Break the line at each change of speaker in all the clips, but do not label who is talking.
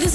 this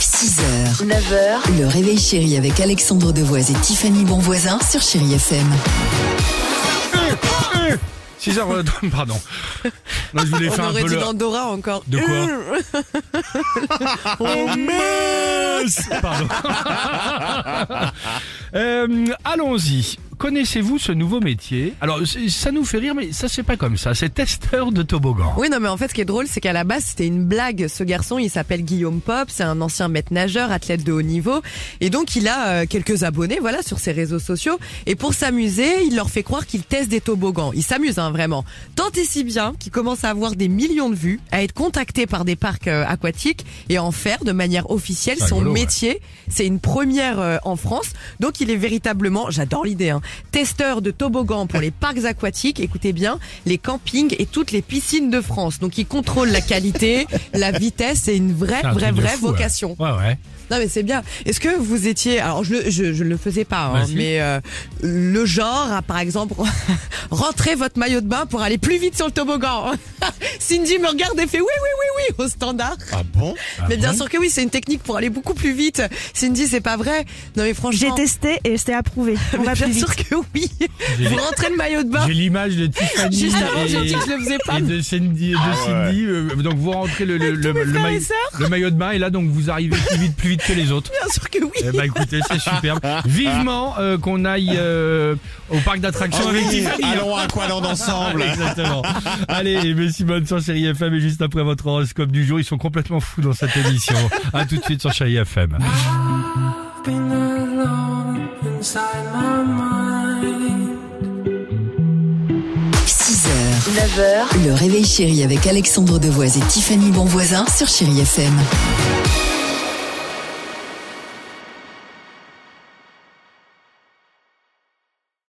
6h, 9h, le réveil chéri avec Alexandre Devoise et Tiffany Bonvoisin sur Chéri FM.
6 heures, euh, pardon. Non, je voulais faire un peu le...
Andorra encore.
De quoi Oh mince Pardon. Euh, Allons-y. Connaissez-vous ce nouveau métier Alors, c'est- ça nous fait rire, mais ça c'est pas comme ça. C'est testeur de toboggan.
Oui, non, mais en fait, ce qui est drôle, c'est qu'à la base, c'était une blague. Ce garçon, il s'appelle Guillaume Pop, c'est un ancien maître nageur, athlète de haut niveau. Et donc, il a euh, quelques abonnés, voilà, sur ses réseaux sociaux. Et pour s'amuser, il leur fait croire qu'il teste des toboggans. Il s'amuse, hein, vraiment. Tant et si bien qu'il commence à avoir des millions de vues, à être contacté par des parcs euh, aquatiques et à en faire de manière officielle
C'est
son
rigolo, ouais.
métier. C'est une première euh, en France. Donc, il est véritablement, j'adore l'idée, hein, testeur de toboggan pour les parcs aquatiques. Écoutez bien, les campings et toutes les piscines de France. Donc, il contrôle la qualité, la vitesse. C'est une vraie,
C'est un
vraie,
truc de
vraie
fou, ouais.
vocation.
Ouais, ouais.
Non, mais c'est bien. Est-ce que vous étiez, alors je, le- je, je ne le faisais pas, hein,
Vas-y.
mais euh, le genre, à, par exemple, rentrer votre maillot de bain pour aller plus vite sur le toboggan. Cindy me regarde et fait oui, oui, oui, oui, au standard.
ah bon
Mais bien
bon
sûr que oui, c'est une technique pour aller beaucoup plus vite. Cindy, c'est pas vrai. Non mais franchement,
J'ai testé et c'était approuvé. On va
bien
plus
sûr
vite.
que oui.
J'ai-
Vous rentrez le maillot de bain.
J'ai l'image de Tiffany
Juste avant,
et,
j'ai dit que je le faisais pas.
et de Cindy. et de
Ah ouais.
Cindy. Euh, Donc vous rentrez le, le, le, le maillot- le maillot de bain et là donc vous arrivez plus vite, plus vite que les autres.
Bien sûr que oui.
Eh ben écoutez, c'est superbe. Vivement euh, qu'on aille euh, au parc d'attractions
Ah
avec
oui,
Tiffany.
Allons à quoi dans ensemble
Exactement. Allez, mais Simone sur Chéri FM et juste après votre horoscope du jour, ils sont complètement fous dans cette émission. À tout de suite sur Chéri FM.
been alone inside my mind.
6h, 9h, le réveil chéri avec Alexandre Devoise et Tiffany Bonvoisin sur Chérie FM.